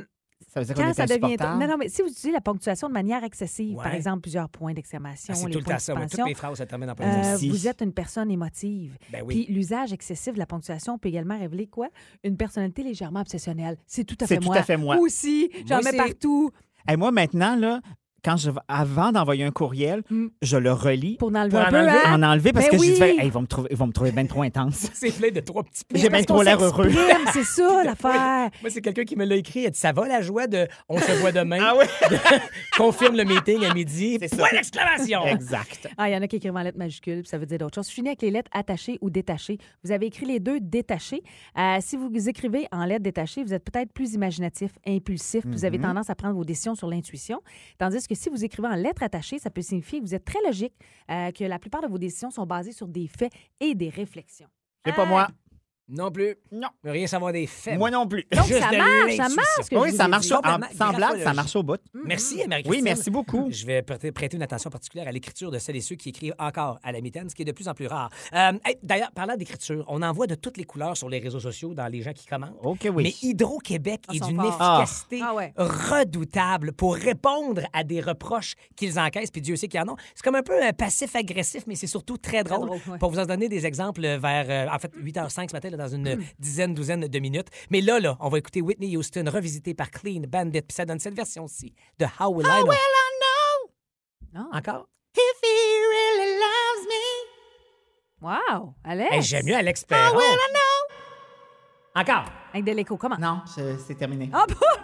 Speaker 4: Ça veut dire qu'on
Speaker 6: quand
Speaker 4: est
Speaker 6: ça devient trop.
Speaker 4: insupportable.
Speaker 6: Non, non, mais si vous utilisez la ponctuation de manière excessive, par
Speaker 5: Ouais.
Speaker 6: exemple, plusieurs points d'exclamation,
Speaker 5: Ah, c'est
Speaker 6: les
Speaker 5: tout le
Speaker 6: points
Speaker 5: temps ça. moi. Toutes
Speaker 6: d'expansion,
Speaker 5: mes phrases se terminent en
Speaker 6: euh,
Speaker 5: présentation.
Speaker 4: Aussi.
Speaker 6: vous êtes une personne émotive.
Speaker 5: Ben oui.
Speaker 6: Puis l'usage excessif de la ponctuation peut également révéler quoi? Une personnalité légèrement obsessionnelle. C'est tout à
Speaker 4: C'est
Speaker 6: fait
Speaker 4: tout
Speaker 6: moi.
Speaker 4: à fait moi.
Speaker 6: Aussi, j'en
Speaker 5: Moi
Speaker 6: mets
Speaker 5: aussi.
Speaker 6: partout
Speaker 4: Et moi, maintenant, là, quand je, vais- avant d'envoyer un courriel,
Speaker 6: Mm.
Speaker 4: je le relis
Speaker 6: pour enlever
Speaker 5: Pour
Speaker 6: un
Speaker 5: en
Speaker 6: peu.
Speaker 5: enlever,
Speaker 6: hein?
Speaker 4: en enlever parce
Speaker 6: Ben
Speaker 4: que je
Speaker 6: oui.
Speaker 4: disais, Hey, ils vont me trouver, ils vont me trouver bien trop intense.
Speaker 5: C'est plein de trois petits points.
Speaker 4: J'ai bien
Speaker 6: Parce qu'on
Speaker 4: trop l'air heureux.
Speaker 6: s'exprime, C'est ça l'affaire.
Speaker 5: Moi, c'est quelqu'un qui me l'a écrit. Il a dit Ça va la joie de On se voit demain. ah oui Confirme le meeting à midi.
Speaker 4: C'est ça.
Speaker 5: Point d'exclamation
Speaker 4: Exact.
Speaker 6: Ah, il y en a qui écrivent en lettres majuscules, puis ça veut dire d'autres choses. Je finis avec les lettres attachées ou détachées. Vous avez écrit les deux détachées. Euh, si vous écrivez en lettres détachées, vous êtes peut-être plus imaginatif, impulsif, puis vous
Speaker 5: Mhm.
Speaker 6: avez tendance à prendre vos décisions sur l'intuition. Tandis que si vous écrivez en lettres attachées, ça peut signifier que vous êtes très logique, euh, que la plupart de vos décisions sont basées sur des faits et des réflexions.
Speaker 4: Ah, C'est pas moi.
Speaker 5: Non plus.
Speaker 4: Non.
Speaker 5: Ne rien savoir des faits.
Speaker 4: Moi non plus.
Speaker 6: Donc, ça marche, ça marche, ce que je
Speaker 4: Oui,
Speaker 6: vous
Speaker 4: ça
Speaker 6: ai
Speaker 4: marche
Speaker 6: dit. ben,
Speaker 4: au- en
Speaker 5: Complètement
Speaker 4: semblable, ça
Speaker 5: graphologique.
Speaker 4: marche au bout.
Speaker 5: Merci, marie
Speaker 4: Oui, merci beaucoup.
Speaker 5: Je vais prêter, prêter une attention particulière à l'écriture de celles et ceux qui écrivent encore à la mitaine, ce qui est de plus en plus rare. Euh, hey, D'ailleurs, parlant d'écriture, on en voit de toutes les couleurs sur les réseaux sociaux dans les gens qui commentent.
Speaker 4: OK, Oh, oui.
Speaker 5: Mais Hydro-Québec
Speaker 6: Ah,
Speaker 5: est
Speaker 6: sont
Speaker 5: d'une
Speaker 6: forts.
Speaker 5: efficacité
Speaker 6: Ah. Ah ouais.
Speaker 5: redoutable pour répondre à des reproches qu'ils encaissent, puis Dieu sait qu'il y en a. C'est comme un peu un passif-agressif, mais c'est surtout très drôle.
Speaker 6: drôle, ouais.
Speaker 5: Pour vous en donner des exemples euh, vers, euh, en fait, 8h05 ce matin, là, dans une euh, dizaine, douzaine de minutes. Mais là, là, on va écouter Whitney Houston revisité par Clean Bandit, puis ça donne cette version-ci de How Will Ah. I Know.
Speaker 6: Non.
Speaker 5: Encore?
Speaker 6: Wow, Alex.
Speaker 5: Hey, J'aime mieux Alex Perron. Encore.
Speaker 6: Avec de l'écho, comment?
Speaker 4: Non, je- c'est terminé.
Speaker 6: Ah, bah!